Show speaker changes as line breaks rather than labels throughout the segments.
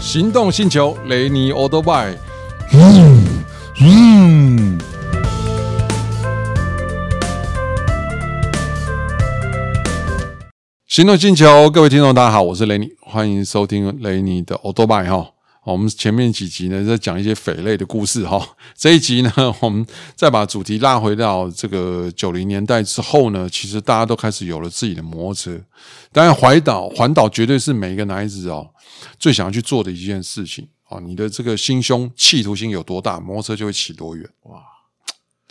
行动星球雷尼欧多拜。
嗯，
行动星球，各位听众，大家好，我是雷尼，欢迎收听雷尼的欧多拜哈。好我们前面几集呢在讲一些匪类的故事哈，这一集呢，我们再把主题拉回到这个九零年代之后呢，其实大家都开始有了自己的摩托车。当然，环岛环岛绝对是每一个男孩子哦最想要去做的一件事情哦。你的这个心胸、企图心有多大，摩托车就会骑多远，
哇，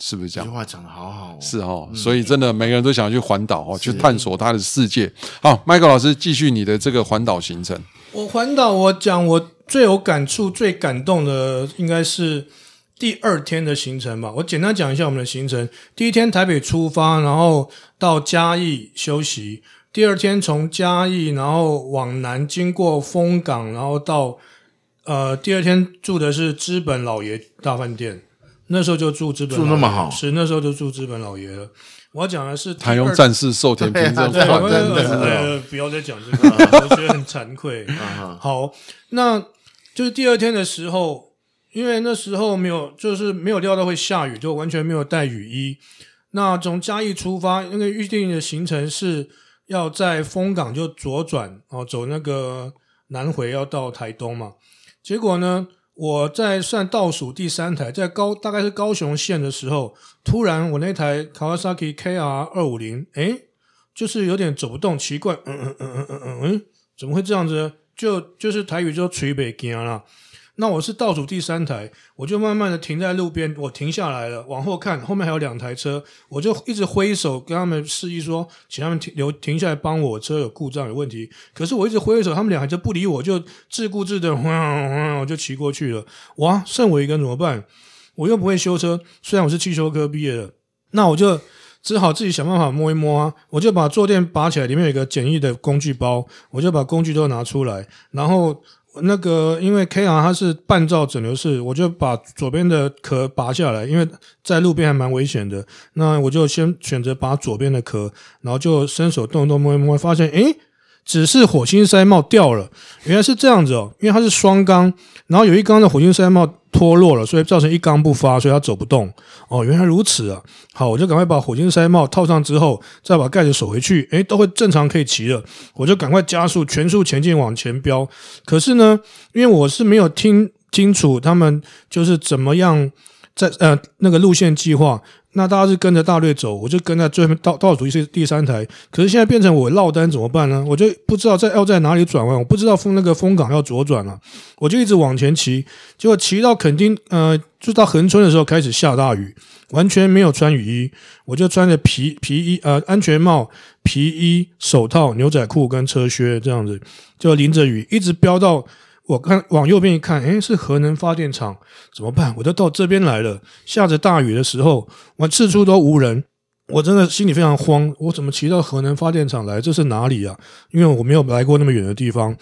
是不是这
这
样
句？话讲的好好、哦，
是哦，
嗯
所以真的每个人都想去环岛哦，去
是
探索他的世界。好，Michael 老师继续你的这个环岛行程。
我环岛，我讲我最有感触、最感动的应该是第二天的行程吧。我简单讲一下我们的行程：第一天台北出发，然后到嘉义休息；第二天从嘉义，然后往南经过丰港，然后到呃，第二天住的是资本老爷大饭店。那时候就住资本老爷，
住那么好
是那时候就住资本老爷了。我要讲的是第
台
二
用战士受田平
对啊
正
对啊
换
对
的
啊真的
呃
真的
呃不要再讲这个了，我 觉得很惭愧。
啊
好，那就是第二天的时候，因为那时候没有，就是没有料到会下雨，就完全没有带雨衣。那从嘉义出发，那个预定的行程是要在丰港就左转哦，走那个南回要到台东嘛。结果呢，我在算倒数第三台，在高大概是高雄县的时候，突然我那台 Kawasaki KR 二五零，诶，就是有点走不动，奇怪，嗯嗯嗯嗯嗯嗯嗯，怎么会这样子呢？就就是台语就捶北京啦。那我是倒数第三台，我就慢慢的停在路边，我停下来了，往后看，后面还有两台车，我就一直挥手跟他们示意说，请他们停留停下来帮我，车有故障有问题。可是我一直挥手，他们俩还就不理我，就自顾自的，轰轰我就骑过去了。哇，剩我一个人怎么办？我又不会修车，虽然我是汽修科毕业的，那我就只好自己想办法摸一摸啊。我就把坐垫拔起来，里面有一个简易的工具包，我就把工具都拿出来，然后。那个，因为 KR 它是半罩整流式，我就把左边的壳拔下来，因为在路边还蛮危险的。那我就先选择拔左边的壳，然后就伸手动一动摸一摸，发现诶，只是火星塞帽掉了，原来是这样子哦，因为它是双缸，然后有一缸的火星塞帽脱落了，所以造成一缸不发，所以它走不动。哦，原来如此啊！好，我就赶快把火星塞帽套上之后，再把盖子锁回去，诶，都会正常可以骑了。我就赶快加速，全速前进往前飙。可是呢，因为我是没有听清楚他们就是怎么样在呃那个路线计划，那大家是跟着大队走，我就跟在最后面倒倒数是第三台。可是现在变成我落单怎么办呢？我就不知道在要在哪里转弯，我不知道风那个风港要左转了、我就一直往前骑，结果骑到垦丁呃就到恒春的时候开始下大雨。完全没有穿雨衣，我就穿着皮皮衣呃安全帽、皮衣、手套、牛仔裤跟车靴这样子，就淋着雨一直飙到我看往右边一看，诶，是核能发电厂，怎么办？我都到这边来了，下着大雨的时候，我四处都无人。我真的心里非常慌，我怎么骑到核能发电厂来？这是哪里啊？因为我没有来过那么远的地方。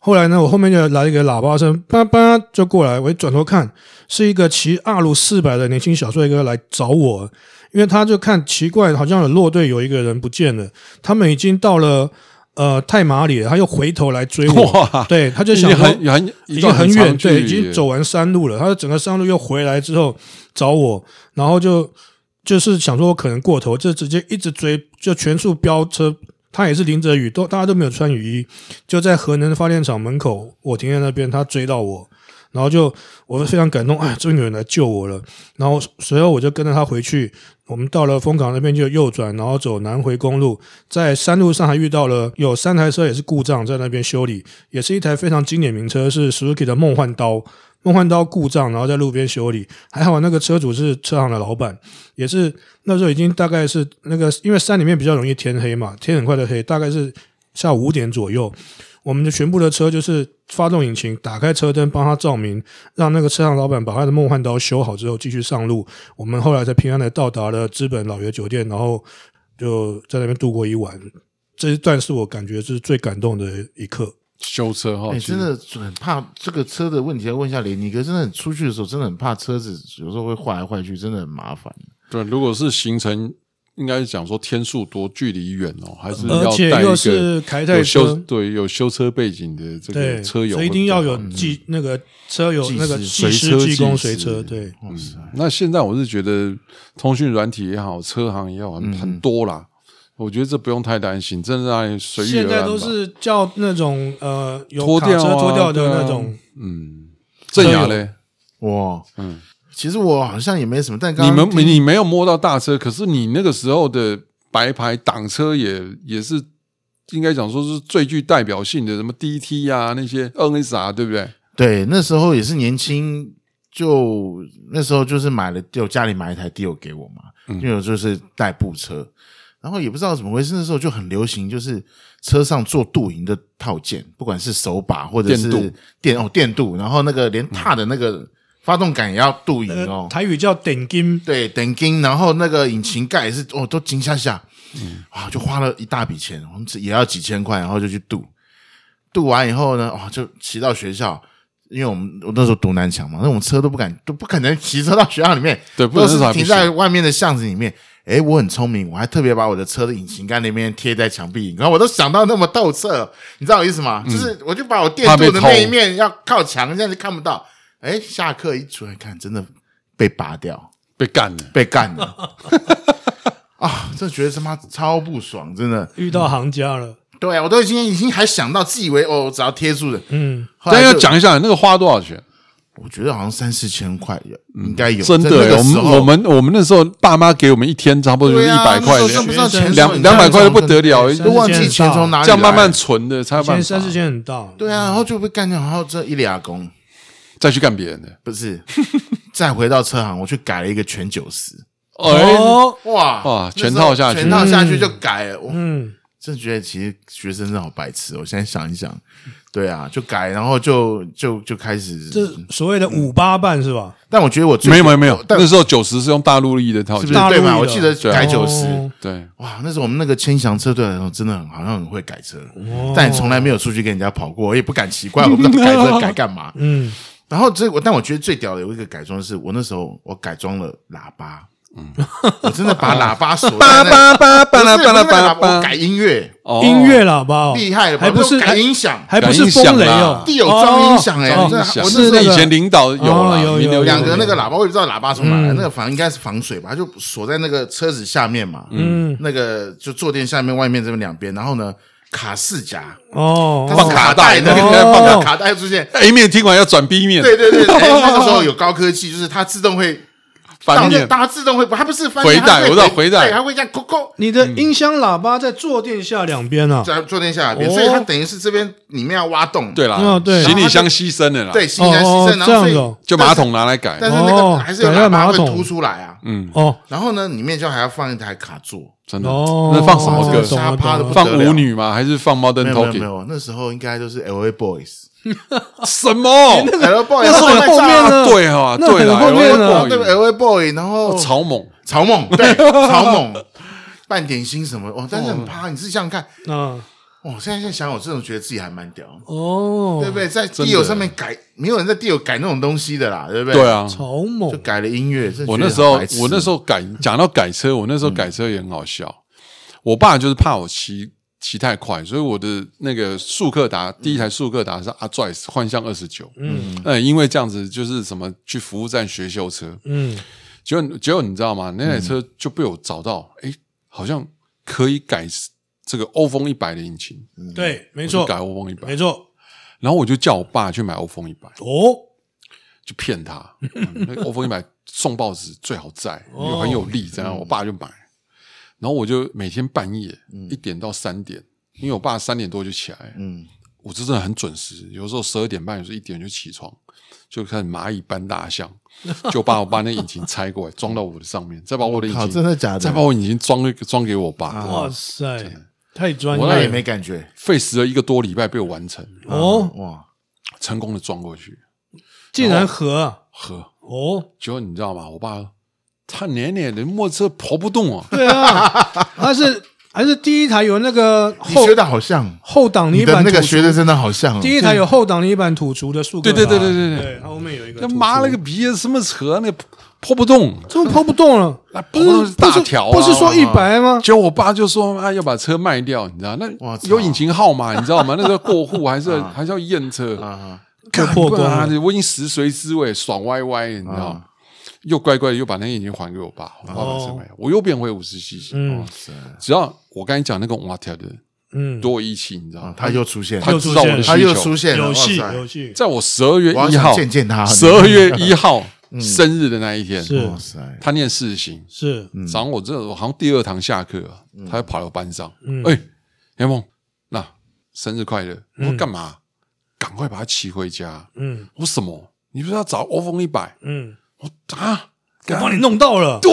后来呢，我后面就来一个喇叭声，叭叭就过来。我一转头看，是一个骑阿鲁四百的年轻小帅哥来找我，因为他就看奇怪，好像有落队有一个人不见了，他们已经到了呃泰马里了，他又回头来追我。
哇，
对，他就
已
想
经
说
很很
已
一
经
段
很
长
远，
距
对，
离
已经
了
走完山路了。他整个山路又回来之后找我，然后就就是想说我可能过头，就直接一直追，就全速飙车。他也是淋着雨，都大家都没有穿雨衣，就在核能发电厂门口，我停在那边，他追到我，然后就我非常感动，哎，终于有人来救我了。然后随后我就跟着他回去，我们到了丰港那边就右转，然后走南回公路，在山路上还遇到了有三台车也是故障在那边修理，也是一台非常经典名车，是 Suzuki 的梦幻刀。梦幻刀故障，然后在路边修理，还好那个车主是车行的老板，也是那时候已经大概是那个，因为山里面比较容易天黑嘛，天很快的黑，大概是下午五点左右，我们的全部的车就是发动引擎，打开车灯帮他照明，让那个车行老板把他的梦幻刀修好之后继续上路。我们后来才平安的到达了资本老爷酒店，然后就在那边度过一晚。这一段是我感觉是最感动的一刻。
修车哦哈，
哎、
其实
真的很怕这个车的问题，要问一下雷尼哥。真的很出去的时候，真的很怕车子有时候会坏来坏去，真的很麻烦。
对。如果是行程应该是讲说天数多、距离远哦，还是
而
要
且
带
又
一个
是开泰
有修
车，
对有修车背景的这
对，
个车友会比较
所
好，
以一定要有技那个车友
技
那个
师
嗯随
技师
车
技工
技
随
师
车，对，
哇塞，
那现在我是觉得，通讯软体也好，车行也好，很很多啦。我觉得这不用太担心，真的随遇而
现
安吧
在都是叫那种呃有
脱
卡
掉
车
啊
脱掉的
对啊
那种，
嗯，正雅嘞，
哇，
嗯，
其实我好像也没什么，但刚
你
刚
们
听
你没有摸到大车，可是你那个时候的白牌挡车也也是应该讲说是最具代表性的，什么 DT 啊那些 NSR 对不对？
对那时候也是年轻，就那时候就是买了 d 家里买一台 d 给我嘛，
嗯
因为我就是代步车，然后也不知道怎么回事，那时候就很流行，就是车上做镀银的套件，不管是手把或者
电
是
镀嗯
电哦电镀，然后那个连踏的那个发动杆也要镀银
那个
哦，
台语叫顶金，
对，等金，然后那个引擎盖也是哦，都金下下，
嗯
啊，就花了一大笔钱，我们也要几千块，然后就去镀，镀完以后呢，哇、就骑到学校，因为我们我那时候读南墙嘛，那我们车都不敢，都不可能骑车到学校里面，
对，不
都
能
是
还不
停
行
在外面的巷子里面。诶，我很聪明，我还特别把我的车的引擎盖那边贴在墙壁，然后我都想到那么透彻，你知道我意思吗？就是我就把我电
嗯怕被
镀的那一
偷
面要靠墙，这样就看不到。诶，下课一出来看，真的被拔掉。
被干了。
被干了。 啊，真的觉得他妈超不爽，真的。
遇
嗯
到行家了，
对啊，我都已经已经还想到自以为哦，我只要贴住的。
嗯，
后
但
来
要
就，
讲一下那个花多少钱？
我觉得好像三四千块有，应该有。
真
在
的
那
欸，
个
我
时
们
候
我们我们那时候爸妈给我们一天差不多就是
对
一
啊
百块的
那时候真不知道
学
钱
生
从
两
哪里
两百块都
来
不得了，
对
都忘记钱从哪里
这样慢慢
来
存的才有
现
办
在
法啊
三四千很大，
对啊，然后就被干掉，然后这一俩工
再去干别人的。
不是， 再回到车行，我去改了一个全九十，
哎，
哦，
哇
哇
那
全
时候
套下去
全套下去就改了，我
嗯，
真的觉得其实学生真的好白痴哦。我现在想一想，对啊，就改，然后就就就开始
这
嗯
所谓的五八办是吧？
但我觉得我最哦
没有没有没有，
但
那时候九十是用大陆力的套
是
件
不是，
大陆
对
语
嘛？
的
我记得
对啊
改九十、
哦
对，
哇，那时候我们那个千祥车队的时候，真的很好像很会改车，但从来没有出去跟人家跑过，我也不敢奇 怪，我不知道改车改干嘛。
嗯，
然后这我，但我觉得最屌的有一个改装是，我那时候我改装了喇叭，嗯，我真的把喇叭锁在那 个，
叭
不是不是那个喇叭，我改音乐，
哦
音乐喇叭哦
厉害了吧？
还不是
我改音响，
还不是风雷哦
还，
地有装音响哎、
哦
真的
响
我
是
那时
那
候
那个
以前领导有啦
哦有有
领导
有
两个那个
喇
喇叭，我也不知道喇叭从哪来，那个防应该是防水吧，就锁在那个车子下面嘛，嗯，那个就坐垫下面、外面这边两边，然后呢卡式夹，
哦，
它
哦
是卡带的，
哦
那个 放到卡带出现，
叭 A 面听完要转 B 面，
对对对，哎那个时候有高科技，就是它自动会
翻面
它自动会，它不是翻
回带我知道回带
对，它会这样扣扣。
你的
嗯
音箱喇叭在坐垫下两边啊，
在坐垫下边，
哦
所以它等于是这边里面要挖洞，
对啦
哦，对
行李箱牺牲了啦，
对，新疆牺
哦
牲，然后所
这样子哦
以
就马，桶拿来改，
但是但是那个
哦
还是有
改到
喇叭
马
会
桶
凸出来啊，
嗯，
哦
然后呢，里面就还要放一台卡座，
真的，
哦，
那放什么歌
懂了
沙趴的
懂
不
了
放
得了
舞女吗？还是放猫
没
灯
有
头
没有没
顶？
有，那时候应该都是 L A Boys。
什么？
L A Boys
那很后面呢
啊对啊，
那很
对啦哎
后面呢
LA
哦对
boy
L A Boy，然后
草蜢，
曹 猛，对曹猛，半点心什么，哇！哦但是很怕，你是想想看，
啊，
哇！我现在现在想，我真的觉得自己还蛮屌，
哦，
对不对？在
真的
D 友上面改，没有人在 D 友改那种东西的啦，对不对？
对，啊，
草
就
蜢，
改了音乐。真的
我
觉
那
得
时候
很白痴嗯
我那时候改讲到改车，我那时候改车也很好笑。我爸就是怕我骑骑太快，所以我的那个速克达、第一
嗯
台速克达是阿 d r i c e 幻象二十九。
嗯
嗯，因为这样子就是什么去服务站学修车，
嗯，
结果结果你知道吗？那台
嗯
车就被我找到，哎、好像可以改这个欧风一百的引擎，
对，没
没嗯
错，
改欧风一百
没。错，
然后我就叫我爸去买欧风一百，
哦，
就骗他。嗯那个欧风一百送报纸最好在，因
哦
为很有力，这样我爸就买。然后我就每天半夜一点到三点，因为我爸三点多就起来，
嗯，
我真的很准时，有时候十二点半，有时候一点就起床，就看蚂蚁搬大象，就把我爸那引擎拆过来装到我的上面，再把我的引
靠，真
擎
的假的？啊
再把我引擎装装给我爸，
哇塞，太专业
啊我
那也
了，
没感觉
费时了一个多礼拜被我完成，啊
哦，
哇！
成功的装过去。
竟然合啊，
呵，
哦，
结果你知道吗？我爸他年年的摩托车跑不动啊。
对啊，他是还是第一台有那个
你
后
学的好像，
后挡泥
你的
板
那个
吐出
学的真的好像哦。
第一台有后挡泥板土除的数个
嗯对
塔，
对对对对对
对，它后面有一个
那
土
妈
厨
了个逼，什么车？那破不动，
怎么跑不 动了？
那跑
不
不动
是
是大条啊
不是说一百吗？
结果我爸就说啊，要把车卖掉，你知道？那
哇操
有引擎号码，你知道 吗？那时候过户还是还是要验车，
啊，
干
破功
妈
了
的我已经食髓知味，爽歪歪，你知道？
啊
吗？又乖乖的又把那个眼睛还给我爸，我爸把车卖了，我又变回五十 cc。
哦嗯
是
只要我刚才讲那个瓦条的
嗯，
多一期，你知道
啊
吗，？
他又出现，
他
又
知道我的需
出现
他又
求
出，现了，
有戏
哇塞
有戏，
在我十二月
我要
一
想
号，
见见他，嗯
十二 月一号生日的那一天，
是
哇塞，
他念四行，
是
嗯
然后我这我好像第二堂下课啊，他就跑到班上，
嗯
哎，杨梦，那生日快乐！我说
嗯
干嘛？赶快把它骑回家。
嗯
我说什么？你不是要找欧风一百？
嗯，
我说啊，
我帮你弄到了，
对，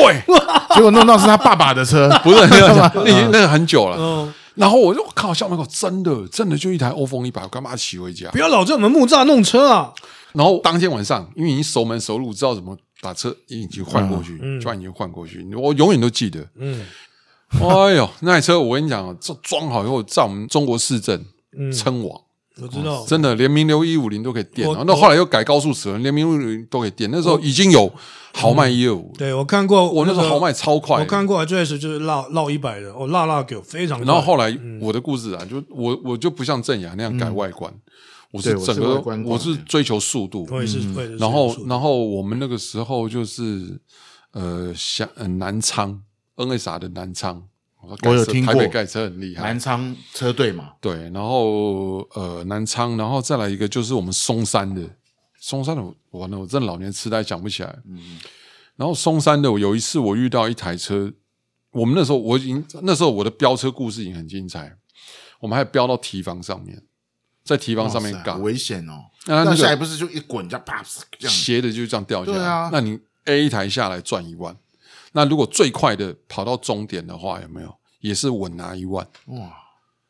结果弄到是他爸爸的车，
不是那个那个那个很久了。
嗯，
然后我就靠，校门口真的真的就一台欧风一百，我干嘛骑回家
不？要老在我们木栅弄车啊，
然后当天晚上，因为已经熟门熟路，知道怎么把车引擎换过去，
嗯
就把引擎换过去，我永远都记得。
嗯
哎呦，那台车我跟你讲哦，这装好以后，在我们中国市政
嗯，
称王，
我知道，
真的连名流一五零都可以电。
我
然后那后来又改高速齿轮，连名流150都可以电。那时候已经有豪迈一二五，
对我看过，
我那时候
个
豪迈超快
我。看过 Address 就是绕绕一百的，哦，绕绕给我非常快，
然后后来
嗯
我的故事啊，就我我就不像郑雅那样改外观，我是
嗯对我是
整个
外观挂
我是
的
追求速度，
我也是，我也是，
嗯然后
是，
然后我们那个时候就是，呃，像呃南昌 NSR 的南昌，我说改
我有
车
听
台
过
北盖车很厉害
南，昌车队嘛，
对，然后呃南昌，然后再来一个就是我们松山的，松山的我完了，我真的老年痴呆想不起来。
嗯
然后松山的，我有一次我遇到一台车，我们那时候我已经那时候我的飙车故事已经很精彩，我们还飙到提防上面，在提防上面
哇塞
尬
好，危险哦，
那那
那
个
下一不是就一滚，这样啪这样，
斜的就这样掉下来。
对啊
那你 A 台下来赚一万，那如果最快的跑到终点的话，有没有也是稳拿一万？
哇，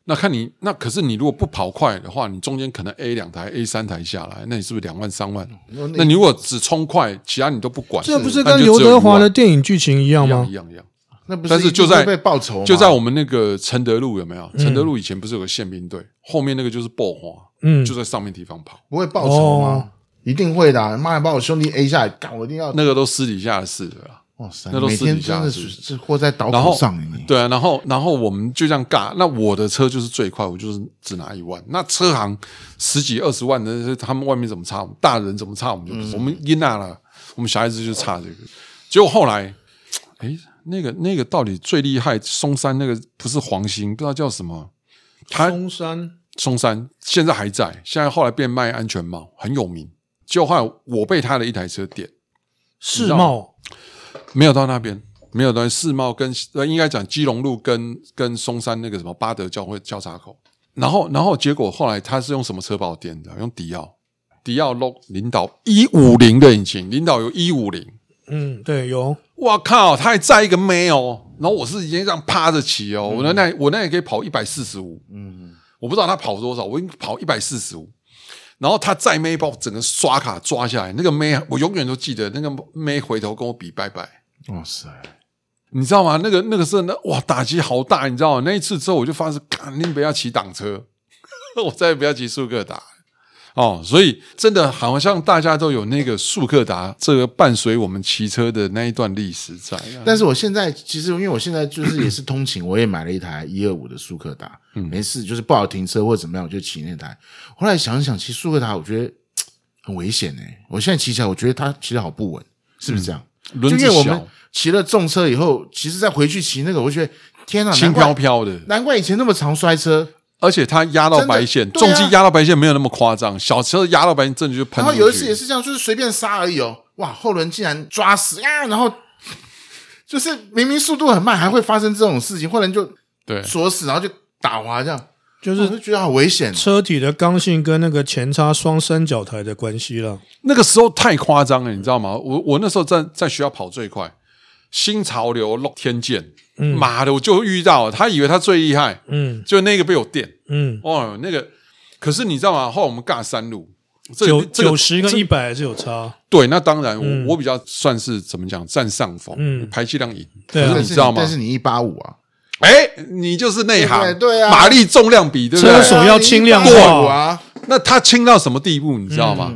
那看你那可是你如果不跑快的话，你中间可能 A 两台、A 三台下来，那你是不是两万、三万？那
那
你如果只冲快，其他你都不管，
这啊不是
那
跟
你就
刘
只有
德华
1万
的电影剧情一样
一
吗
样一？样一样？
那不
但是
是一定
就在
会被报仇吗，
就在我们那个承德路有没有？承德路以前不是有个宪兵队，后面那个就是爆花，
嗯，
就在上面地方跑，
不会报仇
哦
吗？一定会的啊，妈，你把我兄弟 A 下来，干，我一定要，
那个都私底下的事了啦。啊
哇塞，
那都
每
私底
天
下
真的
是
是是活在刀
然
口
后
哦上，你
对啊，然后然后我们就这样尬。那我的车就是最快，我就是只拿一万。那车行十几二十万的，他们外面怎么差？我们大人怎么差？我们就、我们一娜了，我们小孩子就差这个。结果后来，哎，那个那个到底最厉害？松山那个不是黄兴，不知道叫什么。他
中山，
松山现在还在，现在后来变卖安全帽，很有名。结果后来我被他的一台车点，
世贸，
没有到那边，没有到世贸跟呃，应该讲基隆路跟跟松山那个什么巴德教会交叉口。然后，然后结果后来他是用什么车把我颠的？用迪奥，迪奥 l 领导一五零的引擎，领导有一五零。
嗯，对，有，
我靠，他还载一个妹哦，然后我是已经这样趴着骑哦，我那那我那也可以跑一百四十五，嗯，我不知道他跑多少，我已经跑一百四十五，然后他载妹把我整个刷卡抓下来，那个妹我永远都记得，那个妹回头跟我比拜拜，
哇塞，
你知道吗？那个那个时候，那哇，打击好大，你知道吗？那一次之后，我就发誓，肯定不要骑挡车， 我再也不要骑速克达。哦，所以真的好像大家都有那个速克达这个伴随我们骑车的那一段历史在、啊。
但是我现在其实，因为我现在就是也是通勤， 我也买了一台一二五的速克达，
嗯
没事，就是不好停车或者怎么样，我就骑那台。后来想想，骑速克达我觉得嘖很危险哎、我现在骑起来，我觉得它骑得好不稳，是不是这样？
嗯轮
就因
子
为我们
小，
骑了重车以后，其实再回去骑那个，我觉得天啊，
轻
难
飘
怪
飘的，
难怪以前那么常摔车。
而且它压到白线，
真的对
重
啊
机压到白线没有那么夸张，小车压到白线真的就喷
然
出去。
后有一次也是这样，就是随便刹而已哦，哇，后轮竟然抓死 啊，然后就是明明速度很慢，还会发生这种事情，后轮就
对，
锁死，然后就打滑这样。哦
就
我
是
就觉得好危险。
车体的刚性跟那个前叉双三角台的关系了。
那个时候太夸张了，你知道吗？我我那时候在在学校跑最快，新潮流露天剑，妈的，我就遇到了他以为他最厉害，
嗯
就那个被我电
嗯，
哦，那个可是你知道吗？后来我们尬山路，这
九
这个
九十跟
这
一百还是有差。
对，那当然我、
嗯
我比较算是怎么讲占上风，
嗯
排气量赢，
对啊
可是
但是
你知道吗
但？是你一八五啊，
哎，你就是内
对
行，
不对对啊
马力重量比对不
车
对？
手要轻量
对啊你
化
185啊，
嗯
那他轻到什么地步，你知道吗？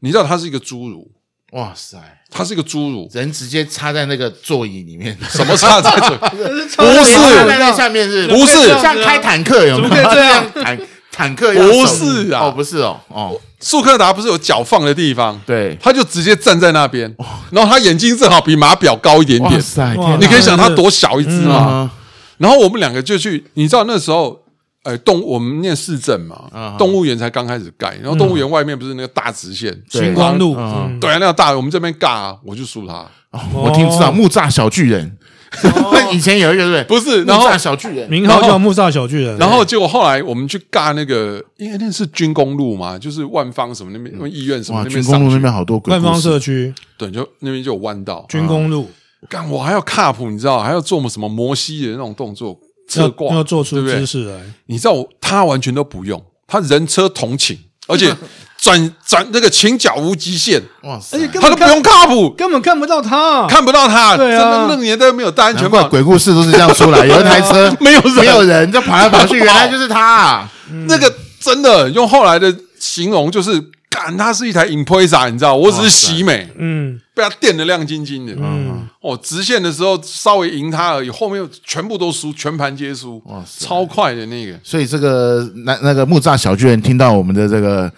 你知道他是一个侏儒，
哇塞，
它是一个侏 儒，
人直接插在那个座椅里面，
什么差在这？
不
不
啊
是
插在那下面是，
不是
像开坦克有没
怎么
有？
可以这样
像坦坦克一样
不
手
是啊
哦，不是哦，哦，
速克达不是有脚放的地方，
对，
他就直接站在那边，然后他眼睛正好比码表高一点点，
塞
哇
你可以想他多小一只嘛。
啊，
然后我们两个就去，你知道那时候，呃，动我们念市政嘛
嗯，
动物园才刚开始盖，然后动物园外面不是那个大直线，
对
星光路，
嗯
对啊，那个大，我们这边尬啊，我就输他，
我听知道木栅小巨人，那 以前有一个对
哦不
对？
是，然
木
后
栅小巨人，
名号叫木栅小巨人。
然后结果后来我们去尬那个，因为那是军工路嘛，就是万方什么那边医院什么
嗯哇，
那边
军
上
工路那
去，
边好多鬼
万
故
方
事，
社区
对，就那边就有弯道。
军工路，
干，我还要 cup，你知道，还要做什么摩西的那种动作，侧
要
挂，
要做出
对不
姿
对？
势来。
你知道我他完全都不用，他人车同寝，而 且转转那个倾角无极限，
哇塞
而且！根
啊他
本
都不
看
用 cup，
根本看不到他，
看不到他，
对啊
真的那个年代没有戴安全
难怪
帽，
鬼故事都是这样出来，有一台车
没有人
没有人就跑来跑去，原来就是他。
那个
嗯
真的用后来的形容就是，干，它是一台 Impreza，你知道，我只是喜美，
嗯
被它电的亮晶晶的。
嗯，
哦，直线的时候稍微赢它而已，后面全部都输，全盘皆输，
哇塞
超快的那个。
所以这个那那个木栅小巨人听到我们的这个这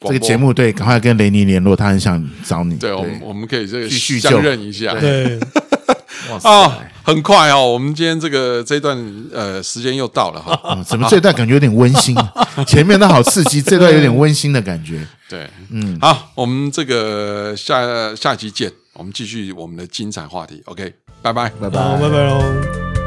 广播
个节目，对，赶快跟雷尼联络，他很想找你。
对，我们我们可以这个
去叙旧
相认一下。
对，
哇塞，
啊，很快哦，我们今天这个这一段呃时间又到了哈。
啊怎么这段感觉有点温馨？前面的好刺激，这段有点温馨的感觉。
对，嗯，好，我们这个下下集见，我们继续我们的精彩话题。OK，拜拜。
拜拜
好，。拜拜喽。